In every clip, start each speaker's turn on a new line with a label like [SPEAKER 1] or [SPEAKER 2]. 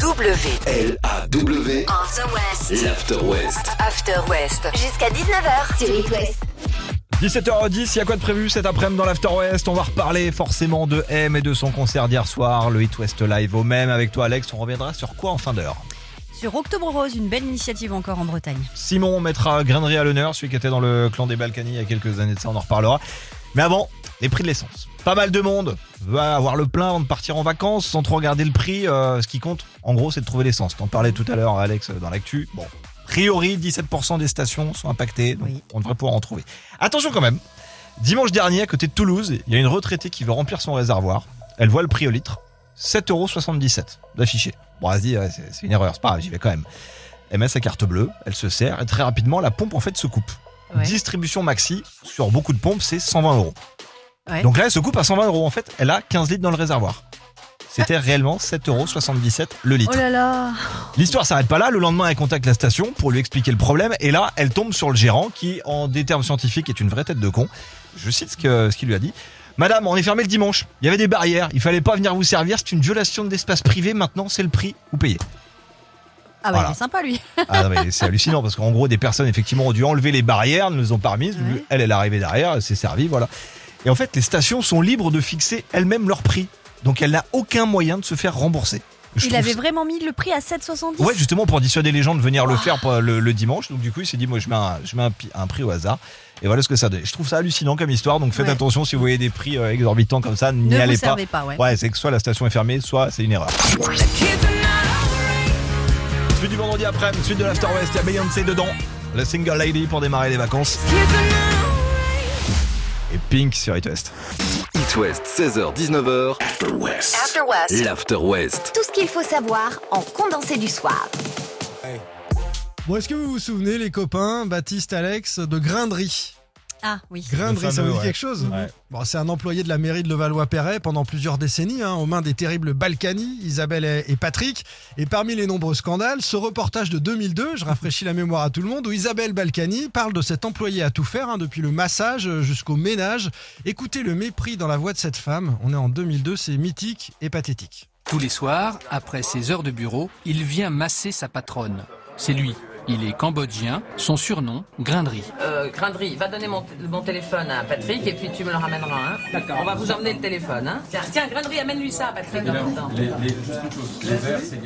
[SPEAKER 1] W.
[SPEAKER 2] L-A-W,
[SPEAKER 3] After West.
[SPEAKER 2] l'After West.
[SPEAKER 1] After West.
[SPEAKER 3] Jusqu'à 19h sur It West.
[SPEAKER 4] 17h10, il y a quoi de prévu cet après-midi dans l'After West On va reparler forcément de M et de son concert d'hier soir, le Hit West Live au même. Avec toi Alex, on reviendra sur quoi en fin d'heure
[SPEAKER 5] Sur Octobre Rose, une belle initiative encore en Bretagne.
[SPEAKER 4] Simon mettra Grainerie à l'honneur, celui qui était dans le clan des Balkany il y a quelques années de ça, on en reparlera. Mais avant, les prix de l'essence. Pas mal de monde va avoir le plein avant de partir en vacances sans trop regarder le prix. Euh, ce qui compte, en gros, c'est de trouver l'essence. T'en parlais tout à l'heure, Alex, dans l'actu. Bon, a priori, 17% des stations sont impactées, donc
[SPEAKER 5] Oui.
[SPEAKER 4] on devrait pouvoir en trouver. Attention quand même, dimanche dernier, à côté de Toulouse, il y a une retraitée qui veut remplir son réservoir. Elle voit le prix au litre, 7,77€ d'affiché. Bon, elle se dit, ouais, c'est c'est une erreur, c'est pas grave, j'y vais quand même. Elle met sa carte bleue, elle se sert, et très rapidement, la pompe en fait se coupe.
[SPEAKER 5] Ouais.
[SPEAKER 4] Distribution maxi, sur beaucoup de pompes, c'est 120 euros.
[SPEAKER 5] Ouais.
[SPEAKER 4] Donc là, elle se coupe à 120 euros. En fait, elle a 15 litres dans le réservoir. C'était réellement 7,77 euros le litre.
[SPEAKER 5] Oh là là
[SPEAKER 4] L'histoire s'arrête pas là. Le lendemain, elle contacte la station pour lui expliquer le problème. Et là, elle tombe sur le gérant qui, en des termes scientifiques, est une vraie tête de con. Je cite ce que- ce qu'il lui a dit. Madame, on est fermé le dimanche. Il y avait des barrières. Il fallait pas venir vous servir. C'est une violation de l'espace privé. Maintenant, c'est le prix. Vous payez.
[SPEAKER 5] Ah bah
[SPEAKER 4] Voilà.
[SPEAKER 5] il est sympa lui
[SPEAKER 4] Ah non, mais c'est hallucinant parce qu'en gros, des personnes effectivement ont dû enlever les barrières, ne les ont pas remises.
[SPEAKER 5] Ouais.
[SPEAKER 4] Elle, elle est arrivée derrière, elle s'est servie, voilà. Et en fait, les stations sont libres de fixer elles-mêmes leur prix. Donc elle n'a aucun moyen de se faire rembourser. Je
[SPEAKER 5] Il
[SPEAKER 4] trouve
[SPEAKER 5] avait
[SPEAKER 4] ça-
[SPEAKER 5] vraiment mis le prix à 7,70
[SPEAKER 4] Ouais, justement pour dissuader les gens de venir le faire pour le, le dimanche. Donc du coup, il s'est dit, moi, je mets, un, je mets un, pi- un prix au hasard. Et voilà ce que ça donne. Je trouve ça hallucinant comme histoire. Donc faites
[SPEAKER 5] Ouais.
[SPEAKER 4] attention si vous voyez des prix euh, exorbitants comme ça, n'y
[SPEAKER 5] Ne vous
[SPEAKER 4] allez pas.
[SPEAKER 5] servez pas, ouais.
[SPEAKER 4] Ouais, c'est que soit la station est fermée, soit c'est une erreur. Suite du vendredi après, suite de l'After West, il y a Beyoncé dedans. La single lady pour démarrer les vacances. Et Pink sur It West.
[SPEAKER 2] It West, 16h-19h, After West.
[SPEAKER 1] After West.
[SPEAKER 2] L'After West.
[SPEAKER 3] Tout ce qu'il faut savoir en condensé du soir.
[SPEAKER 6] Bon, est-ce que vous vous souvenez, les copains, Baptiste, Alex, de Grinderie
[SPEAKER 5] Ah oui.
[SPEAKER 6] Grinderie,
[SPEAKER 4] Le
[SPEAKER 6] ça vous
[SPEAKER 4] fameux,
[SPEAKER 6] dit
[SPEAKER 4] ouais.
[SPEAKER 6] quelque chose
[SPEAKER 4] Ouais.
[SPEAKER 6] Bon, C'est un employé de la mairie de Levallois-Perret pendant plusieurs décennies, hein, aux mains des terribles Balkany, Isabelle et- et Patrick. Et parmi les nombreux scandales, ce reportage de 2002, je rafraîchis la mémoire à tout le monde, où Isabelle Balkany parle de cet employé à tout faire, hein, depuis le massage jusqu'au ménage. Écoutez le mépris dans la voix de cette femme. On est en 2002, c'est mythique et pathétique.
[SPEAKER 7] Tous les soirs, après ses heures de bureau, il vient masser sa patronne. C'est lui. Il est cambodgien, son surnom, Grinderie.
[SPEAKER 8] Euh, Grinderie, va donner mon, mon téléphone à Patrick et puis tu me le ramèneras. Hein. D'accord. On va vous emmener le téléphone. Hein. Tiens, tiens, Grinderie, amène-lui ça, Patrick. en même temps.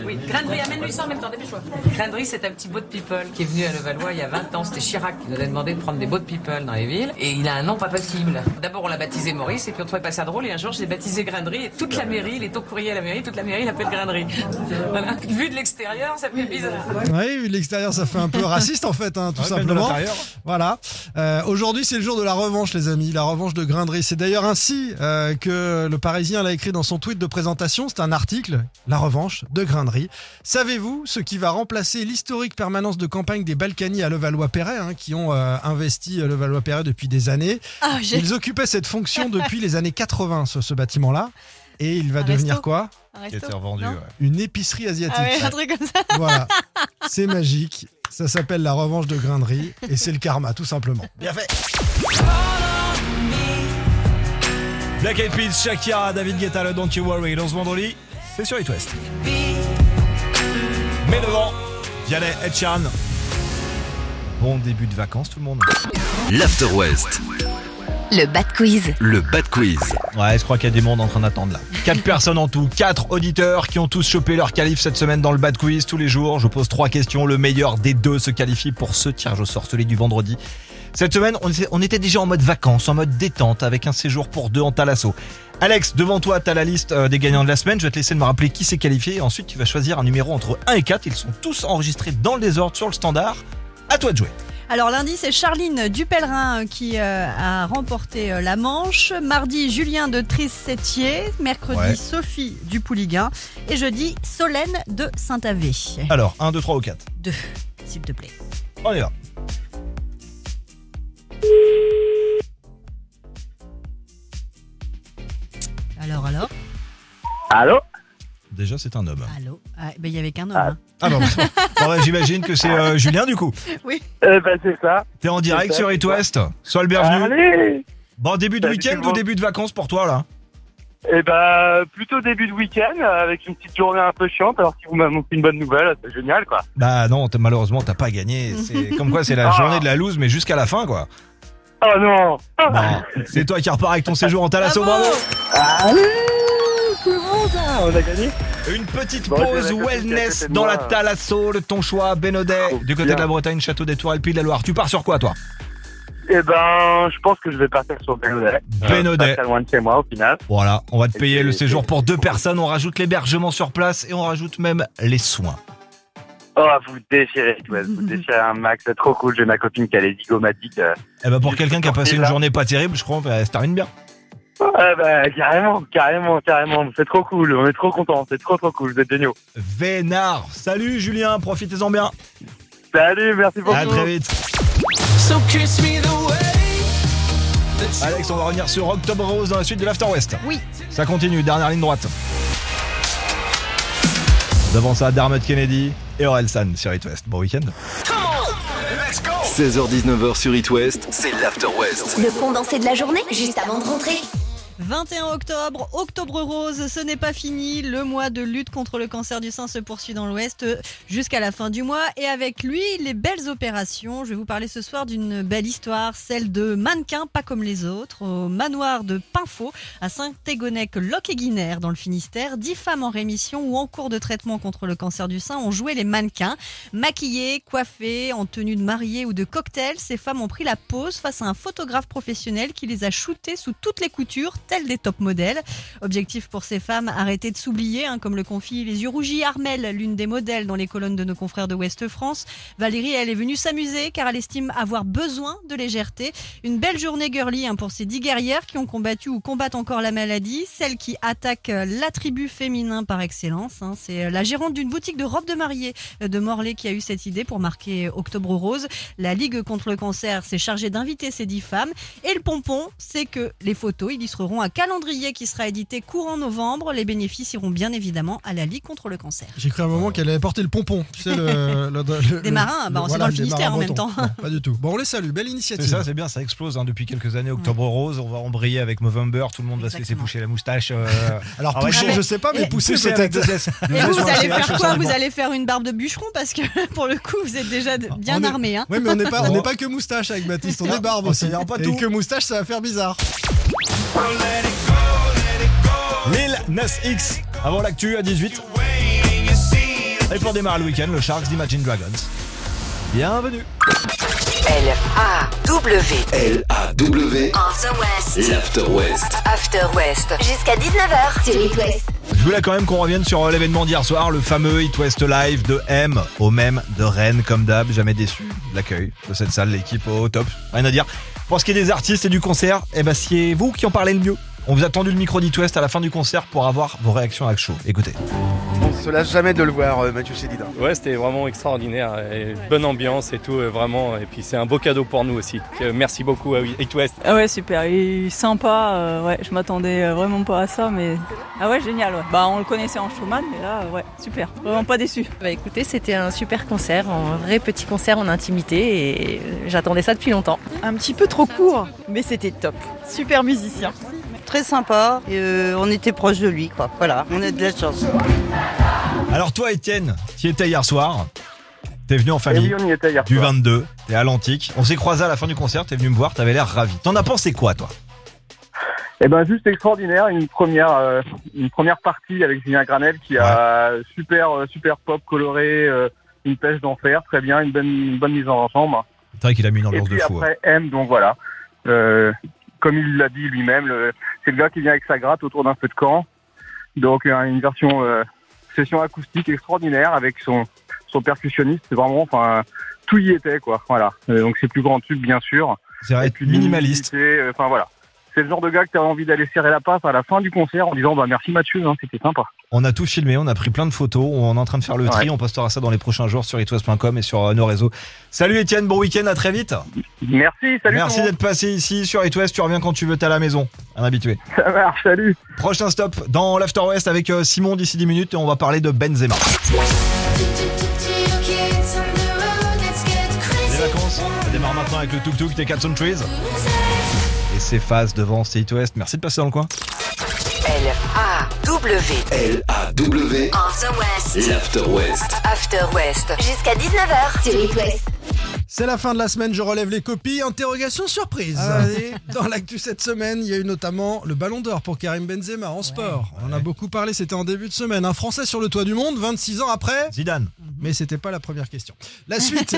[SPEAKER 8] Oui, Grinderie, amène-lui ça en même temps, dépêche-toi. Grinderie, c'est un petit boat people qui est venu à Levallois il y a 20 ans. C'était Chirac qui nous avait demandé de prendre des boat people dans les villes. Et il a un nom pas possible. D'abord, on l'a baptisé Maurice et puis on trouvait pas ça drôle. Et un jour, j'ai baptisé Grinderie et toute la mairie, il est au courrier à la mairie, toute la mairie l'appelle Grinderie. Voilà. Vu de l'extérieur, ça fait bizarre.
[SPEAKER 6] Oui, vu de l'extérieur, ça fait un peu raciste en fait, hein, tout
[SPEAKER 4] Ouais, même de
[SPEAKER 6] simplement.
[SPEAKER 4] l'intérieur.
[SPEAKER 6] Voilà. Euh, Aujourd'hui, c'est le jour de la revanche, les amis, la revanche de Grinderie. C'est d'ailleurs ainsi euh, que le Parisien l'a écrit dans son tweet de présentation. C'est un article, la revanche de Grinderie. Savez-vous ce qui va remplacer l'historique permanence de campagne des Balkany à Levallois-Perret, hein, qui ont euh, investi à Levallois-Perret depuis des années
[SPEAKER 5] Ah, j'ai-
[SPEAKER 6] Ils occupaient cette fonction depuis les années 80, ce, ce bâtiment-là. Et il va
[SPEAKER 5] Un
[SPEAKER 6] devenir
[SPEAKER 5] resto
[SPEAKER 6] quoi
[SPEAKER 5] Un
[SPEAKER 4] Qui a été
[SPEAKER 5] resto
[SPEAKER 4] revendu.
[SPEAKER 5] Non.
[SPEAKER 4] ouais.
[SPEAKER 6] Une épicerie asiatique.
[SPEAKER 5] Ah ouais, un truc comme ça.
[SPEAKER 6] Voilà, c'est magique. Ça s'appelle la revanche de Grinderie et c'est le karma, tout simplement.
[SPEAKER 4] Bien fait. Black Eyed Peas, Shakira, David Guetta, le Don't You Worry. Dans ce vendredi, c'est sur It West. Mais devant, Vianney et Chan. Bon début de vacances, tout le monde.
[SPEAKER 2] L'After West,
[SPEAKER 3] Le bad quiz.
[SPEAKER 2] le Bad Quiz.
[SPEAKER 4] Ouais, je crois qu'il y a du monde en train d'attendre là. Quatre personnes en tout, quatre auditeurs qui ont tous chopé leur qualif cette semaine dans le Bad Quiz. Tous les jours, je pose trois questions. Le meilleur des deux se qualifie pour ce tirage au sort, celui du vendredi. Cette semaine, on était- on était déjà en mode vacances, en mode détente, avec un séjour pour deux en Talasso. Alex, devant toi, t'as la liste euh, des gagnants de la semaine. Je vais te laisser me rappeler qui s'est qualifié. Et ensuite, tu vas choisir un numéro entre 1 et 4. Ils sont tous enregistrés dans le désordre sur le standard. À toi de jouer.
[SPEAKER 5] Alors lundi, c'est Charline Dupellerin euh, qui euh, a remporté euh, la manche. Mardi, Julien de Trissétier. Mercredi,
[SPEAKER 4] Ouais.
[SPEAKER 5] Sophie du Pouliguin. Et jeudi, Solène de Saint-Avé.
[SPEAKER 4] Alors, 1, 2, 3 ou 4.
[SPEAKER 5] Deux, s'il te plaît.
[SPEAKER 4] On y va.
[SPEAKER 5] Alors, alors
[SPEAKER 9] Allô
[SPEAKER 4] Déjà, c'est un homme.
[SPEAKER 5] Allô Ah, ben, Il y avait qu'un homme. hein.
[SPEAKER 4] Ah bon, Bon, bah, j'imagine que c'est euh, Julien du coup.
[SPEAKER 9] Eh ben c'est ça.
[SPEAKER 4] T'es en direct
[SPEAKER 9] ça,
[SPEAKER 4] sur
[SPEAKER 9] c'est
[SPEAKER 4] It West. Sois le bienvenu.
[SPEAKER 9] Allez
[SPEAKER 4] Bon, début de
[SPEAKER 9] Salut tout
[SPEAKER 4] week-end
[SPEAKER 9] le
[SPEAKER 4] ou
[SPEAKER 9] monde.
[SPEAKER 4] début de vacances pour toi là
[SPEAKER 9] Eh ben, plutôt début de week-end, euh, avec une petite journée un peu chiante. Alors, si vous m'annoncez une bonne nouvelle, ah, c'est génial, quoi.
[SPEAKER 4] Bah non, t'as- malheureusement, t'as pas gagné. C'est comme quoi, c'est la
[SPEAKER 9] Ah.
[SPEAKER 4] journée de la loose, mais jusqu'à la fin, quoi.
[SPEAKER 9] Oh non Ah.
[SPEAKER 4] Bon, c'est toi qui repars avec ton séjour en Thalasso, bravo
[SPEAKER 9] Allez C'est bon, ça On a gagné
[SPEAKER 4] Une petite
[SPEAKER 9] Bon, je vais
[SPEAKER 4] pause
[SPEAKER 9] mettre la petite
[SPEAKER 4] wellness
[SPEAKER 9] casquette
[SPEAKER 4] dans la
[SPEAKER 9] noire.
[SPEAKER 4] Thalasso, de ton choix, Bénodet,
[SPEAKER 9] Oh,
[SPEAKER 4] du côté de la
[SPEAKER 9] bien.
[SPEAKER 4] Bretagne, Château des Tours et le Puy de la Loire. Tu pars sur quoi, toi
[SPEAKER 9] Eh ben, je pense que je vais partir sur Bénodet.
[SPEAKER 4] Bénodet.
[SPEAKER 9] Ah, Pas très loin de chez moi, au final.
[SPEAKER 4] Voilà, on va te payer
[SPEAKER 9] puis-
[SPEAKER 4] le
[SPEAKER 9] et
[SPEAKER 4] séjour
[SPEAKER 9] puis-
[SPEAKER 4] pour deux personnes, on rajoute l'hébergement sur place et on rajoute même les soins.
[SPEAKER 9] Oh, vous déchirez, ouais, vous déchirez un max, c'est trop cool. J'ai ma copine qui a les zygomatiques. euh.
[SPEAKER 4] Eh ben pour
[SPEAKER 9] Je
[SPEAKER 4] quelqu'un qui a
[SPEAKER 9] sortir
[SPEAKER 4] passé une
[SPEAKER 9] là.
[SPEAKER 4] journée pas terrible, je crois, bah, ça termine bien.
[SPEAKER 9] Ah bah, carrément, carrément, carrément. C'est trop cool, on est trop contents, c'est trop trop cool, vous êtes géniaux.
[SPEAKER 4] Vénard, salut Julien, profitez-en bien.
[SPEAKER 9] Salut, merci beaucoup.
[SPEAKER 4] À très vite. Alex, on va revenir sur Octobre Rose dans la suite de l'After West.
[SPEAKER 5] Oui.
[SPEAKER 4] Ça continue, dernière ligne droite. Devant ça, Dermot Kennedy et Orelsan sur It West. Bon week-end.
[SPEAKER 2] 16h-19h sur It West, c'est l'After West.
[SPEAKER 3] Le condensé de la journée, juste avant de rentrer.
[SPEAKER 5] 21 octobre, octobre rose, ce n'est pas fini. Le mois de lutte contre le cancer du sein se poursuit dans l'Ouest jusqu'à la fin du mois. Et avec lui, les belles opérations. Je vais vous parler ce soir d'une belle histoire, celle de mannequins pas comme les autres, au manoir de Pinfo, à Saint-Égonec, Loc et Guinère, dans le Finistère. Dix femmes en rémission ou en cours de traitement contre le cancer du sein ont joué les mannequins. Maquillées, coiffées, en tenue de mariée ou de cocktail, ces femmes ont pris la pose face à un photographe professionnel qui les a shootées sous toutes les coutures, telles des top modèles. Objectif pour ces femmes, arrêter de s'oublier, hein, comme le confie les yeux rougis Armel, l'une des modèles dans les colonnes de nos confrères de Ouest France. Valérie, elle est venue s'amuser car elle estime avoir besoin de légèreté. Une belle journée girly hein, pour ces dix guerrières qui ont combattu ou combattent encore la maladie, celle qui attaque euh, l'attribut féminin par excellence. hein. C'est euh, la gérante d'une boutique de robes de mariée de Morlaix qui a eu cette idée pour marquer Octobre Rose. La Ligue contre le cancer s'est chargée d'inviter ces dix femmes. Et le pompon, c'est que les photos illustreront un calendrier qui sera édité courant novembre. Les bénéfices iront bien évidemment à la Ligue contre le cancer.
[SPEAKER 6] J'ai cru à un moment qu'elle avait porté le pompon. Tu sais, le, le- le-
[SPEAKER 5] Des
[SPEAKER 6] le-
[SPEAKER 5] marins, bah, c'est dans le
[SPEAKER 6] des
[SPEAKER 5] Finistère
[SPEAKER 6] marins
[SPEAKER 5] en même
[SPEAKER 6] bretons.
[SPEAKER 5] temps.
[SPEAKER 6] Non, pas du tout. Bon, on les salue, belle
[SPEAKER 4] C'est
[SPEAKER 6] initiative.
[SPEAKER 4] ça, c'est bien, ça explose hein, depuis quelques années. Octobre Rose, on va embrayer avec Movember, tout le monde va se laisser
[SPEAKER 5] Exactement.
[SPEAKER 4] pousser la moustache. euh,
[SPEAKER 6] Alors,
[SPEAKER 4] Ah ouais,
[SPEAKER 6] pousser,
[SPEAKER 5] non, mais-
[SPEAKER 6] je sais pas, mais
[SPEAKER 5] Et-
[SPEAKER 6] pousser,
[SPEAKER 4] pousser
[SPEAKER 6] c'est
[SPEAKER 4] avec
[SPEAKER 6] tête.
[SPEAKER 4] deux S. Deux
[SPEAKER 5] Et
[SPEAKER 4] S
[SPEAKER 5] vous,
[SPEAKER 4] sur
[SPEAKER 5] vous
[SPEAKER 4] la
[SPEAKER 5] allez
[SPEAKER 4] CH,
[SPEAKER 5] faire
[SPEAKER 4] sur
[SPEAKER 5] quoi
[SPEAKER 4] les
[SPEAKER 5] Vous
[SPEAKER 4] bras.
[SPEAKER 5] allez faire une barbe de bûcheron parce que pour le coup, vous êtes déjà de- bien
[SPEAKER 6] On est-
[SPEAKER 5] armé. Hein
[SPEAKER 6] Oui, mais on n'est pas, on n'est pas que moustache avec Baptiste, on est barbe aussi.
[SPEAKER 4] y aura pas
[SPEAKER 6] Et
[SPEAKER 4] tout.
[SPEAKER 6] que moustache, ça va faire bizarre.
[SPEAKER 4] Lille Nas X avant l'actu à 18. Et pour démarrer le week-end, le Sharks d'Imagine Dragons. Bienvenue.
[SPEAKER 1] L-A-W.
[SPEAKER 2] L-A-W,
[SPEAKER 3] On the West.
[SPEAKER 2] l'After West.
[SPEAKER 1] After West.
[SPEAKER 3] Jusqu'à 19h sur It West.
[SPEAKER 4] Je voulais quand même qu'on revienne sur euh, l'événement d'hier soir, le fameux It West Live de M au même de Rennes, comme d'hab, jamais déçu de l'accueil de cette salle, l'équipe au top, rien à dire. Pour ce qui est des artistes et du concert, eh ben c'est vous qui en parlez le mieux. On vous a tendu le micro d'It West à la fin du concert pour avoir vos réactions à chaud. Écoutez.
[SPEAKER 10] On se lasse jamais de le voir, euh, Mathieu Cédida.
[SPEAKER 11] Ouais, c'était vraiment extraordinaire. Et Bonne ambiance et tout, euh, vraiment. Et puis c'est un beau cadeau pour nous aussi. Donc, euh, merci beaucoup à It West.
[SPEAKER 1] Ah ouais, super, il est sympa. euh, ouais, je m'attendais euh, vraiment pas à ça, mais. Ah ouais, génial, ouais. Bah, on le connaissait en showman, mais là, euh, ouais, super. Vraiment pas déçu.
[SPEAKER 12] Bah écoutez, c'était un super concert, un vrai petit concert en intimité et euh, j'attendais ça depuis longtemps.
[SPEAKER 1] Un petit peu trop court, mais c'était top. Super musicien. Très sympa, euh, on était proche de lui, quoi. Voilà, on a de la chance.
[SPEAKER 4] Alors toi, Étienne, qui étais hier soir, t'es venu en
[SPEAKER 9] Et
[SPEAKER 4] famille.
[SPEAKER 9] Eh oui, on y était hier
[SPEAKER 4] du
[SPEAKER 9] soir.
[SPEAKER 4] 22, t'es à l'Antique. On s'est croisés à la fin du concert, t'es venu me voir, t'avais l'air ravi. T'en as pensé quoi, toi
[SPEAKER 9] Eh ben juste extraordinaire, une première euh, une première partie avec Julien Granel qui a super euh, super pop coloré, euh, une pêche d'enfer, très bien, une bonne une bonne mise en chambre.
[SPEAKER 4] C'est vrai qu'il a mis une
[SPEAKER 9] Et
[SPEAKER 4] ambiance de
[SPEAKER 9] puis
[SPEAKER 4] fou. hein.
[SPEAKER 9] après M, donc voilà. Euh, comme il l'a dit lui-même, le- c'est le gars qui vient avec sa gratte autour d'un feu de camp. Donc euh, une version euh, session acoustique extraordinaire avec son son percussionniste, c'est vraiment enfin tout y était quoi. Voilà. Euh, donc ses plus grands tubes bien sûr.
[SPEAKER 4] C'est vrai,
[SPEAKER 9] Et puis,
[SPEAKER 4] minimaliste.
[SPEAKER 9] l'humidité, euh, Enfin voilà. C'est le genre de gars que tu as envie d'aller serrer la passe à la fin du concert en disant bah merci Mathieu, hein, c'était sympa.
[SPEAKER 4] On a tout filmé, on a pris plein de photos, on est en train de faire le tri, on postera ça dans les prochains jours sur itwest.com et sur euh, nos réseaux. Salut Étienne, bon week-end, à très vite.
[SPEAKER 9] Merci, salut. tout
[SPEAKER 4] Merci
[SPEAKER 9] le monde.
[SPEAKER 4] d'être passé ici sur itwest, tu reviens quand tu veux, t'es à la maison, un habitué.
[SPEAKER 9] Ça marche, salut.
[SPEAKER 4] Prochain stop dans l'After West avec euh, Simon d'ici 10 minutes et on va parler de Benzema. Les vacances, ça démarre maintenant avec le Tuk Tuk des Cats on Trees. Et ses phases devant, c'est It West. Merci de passer dans le coin.
[SPEAKER 1] L-A-W.
[SPEAKER 3] A-W.
[SPEAKER 2] L-A-W.
[SPEAKER 3] On the West.
[SPEAKER 2] L'After West.
[SPEAKER 3] After West. Jusqu'à 19h sur It West.
[SPEAKER 6] C'est la fin de la semaine, je relève les copies. Interrogation surprise. Et dans l'actu cette semaine, il y a eu notamment le ballon d'or pour Karim Benzema en sport. On en a beaucoup parlé, c'était en début de semaine. Un Français sur le toit du monde, 26 ans après.
[SPEAKER 4] Zidane.
[SPEAKER 6] Mais c'était pas la première question. La suite,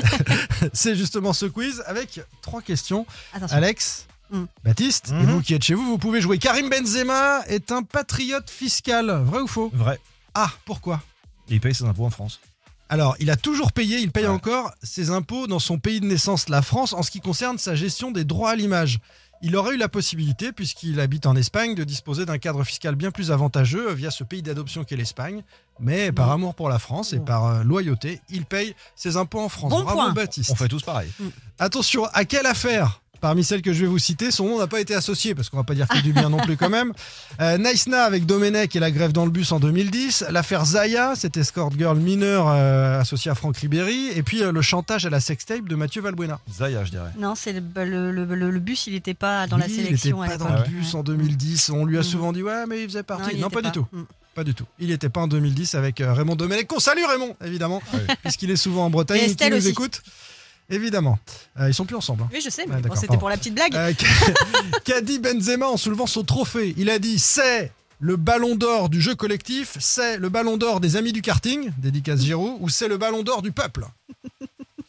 [SPEAKER 6] c'est justement ce quiz avec trois questions.
[SPEAKER 5] Attention.
[SPEAKER 6] Alex,
[SPEAKER 5] Mm.
[SPEAKER 6] Baptiste, et vous qui êtes chez vous, vous pouvez jouer. Karim Benzema est un patriote fiscal. Vrai ou faux
[SPEAKER 4] Vrai.
[SPEAKER 6] Ah, pourquoi
[SPEAKER 4] Il paye ses impôts en France.
[SPEAKER 6] alors, il a toujours payé, il paye encore ses impôts dans son pays de naissance, la France, en ce qui concerne sa gestion des droits à l'image. Il aurait eu la possibilité, puisqu'il habite en Espagne, de disposer d'un cadre fiscal bien plus avantageux via ce pays d'adoption qu'est l'Espagne. Mais
[SPEAKER 5] Mmh.
[SPEAKER 6] par amour pour la France et par euh, loyauté, il paye ses impôts en France.
[SPEAKER 5] Bon
[SPEAKER 6] Bravo
[SPEAKER 5] point.
[SPEAKER 6] Baptiste.
[SPEAKER 4] On fait tous pareil.
[SPEAKER 6] Attention, à quelle affaire Parmi celles que je vais vous citer, son nom n'a pas été associé, parce qu'on va pas dire que du bien non plus quand même. Euh, Naïsna avec Domenech et la grève dans le bus en 2010. L'affaire Zaya, cette escort girl mineure euh, associée à Franck Ribéry. Et puis euh, le chantage à la sextape de Mathieu Valbuena.
[SPEAKER 4] Zaya, je dirais.
[SPEAKER 5] Non, c'est le, bah, le, le- le- le bus, il n'était pas dans la
[SPEAKER 6] Lui,
[SPEAKER 5] sélection.
[SPEAKER 6] Il
[SPEAKER 5] à
[SPEAKER 6] n'était pas dans
[SPEAKER 5] l'époque.
[SPEAKER 6] le bus en 2010. On lui a
[SPEAKER 5] Mm.
[SPEAKER 6] souvent dit, ouais, mais il faisait
[SPEAKER 5] Non,
[SPEAKER 6] partie.
[SPEAKER 5] il
[SPEAKER 6] Non,
[SPEAKER 5] était
[SPEAKER 6] pas, du tout.
[SPEAKER 5] Mm.
[SPEAKER 6] Pas du tout. Il n'était pas en 2010 avec euh, Raymond Domenech. Qu'on salue Raymond, évidemment, puisqu'il est souvent en Bretagne.
[SPEAKER 5] Et
[SPEAKER 6] qui
[SPEAKER 5] Estelle
[SPEAKER 6] nous
[SPEAKER 5] aussi.
[SPEAKER 6] écoute. Évidemment. Euh, ils sont plus ensemble. hein.
[SPEAKER 5] Oui, je sais, mais
[SPEAKER 6] Ouais,
[SPEAKER 5] bon,
[SPEAKER 6] d'accord,
[SPEAKER 5] c'était
[SPEAKER 6] pardon.
[SPEAKER 5] pour la petite blague.
[SPEAKER 6] Euh, Qu'a dit Benzema en soulevant son trophée Il a dit c'est le ballon d'or du jeu collectif, c'est le ballon d'or des amis du karting, dédicace Giraud, ou c'est le ballon d'or du peuple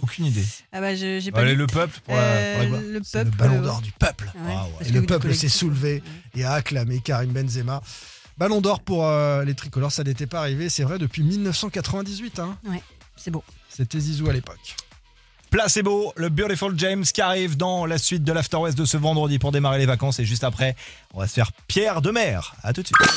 [SPEAKER 4] Aucune idée.
[SPEAKER 5] Ah bah, je- j'ai pas
[SPEAKER 4] Allez,
[SPEAKER 5] lu.
[SPEAKER 4] le peuple pour
[SPEAKER 5] Euh,
[SPEAKER 4] la, pour la gloire.
[SPEAKER 5] le
[SPEAKER 6] C'est
[SPEAKER 5] peuple.
[SPEAKER 6] le ballon
[SPEAKER 5] euh,
[SPEAKER 6] d'or du peuple.
[SPEAKER 5] ouais.
[SPEAKER 4] Ah ouais.
[SPEAKER 5] Parce
[SPEAKER 6] Et
[SPEAKER 5] que
[SPEAKER 6] le
[SPEAKER 5] du
[SPEAKER 6] peuple s'est
[SPEAKER 5] collectif.
[SPEAKER 6] soulevé et a acclamé Karim Benzema. Ballon d'or pour euh, les tricolores, ça n'était pas arrivé, c'est vrai, depuis 1998. hein.
[SPEAKER 5] C'est beau.
[SPEAKER 6] C'était Zizou à l'époque.
[SPEAKER 4] Placebo, le Beautiful James qui arrive dans la suite de l'After West de ce vendredi pour démarrer les vacances. Et juste après, on va se faire Pierre de Mer. À tout de suite.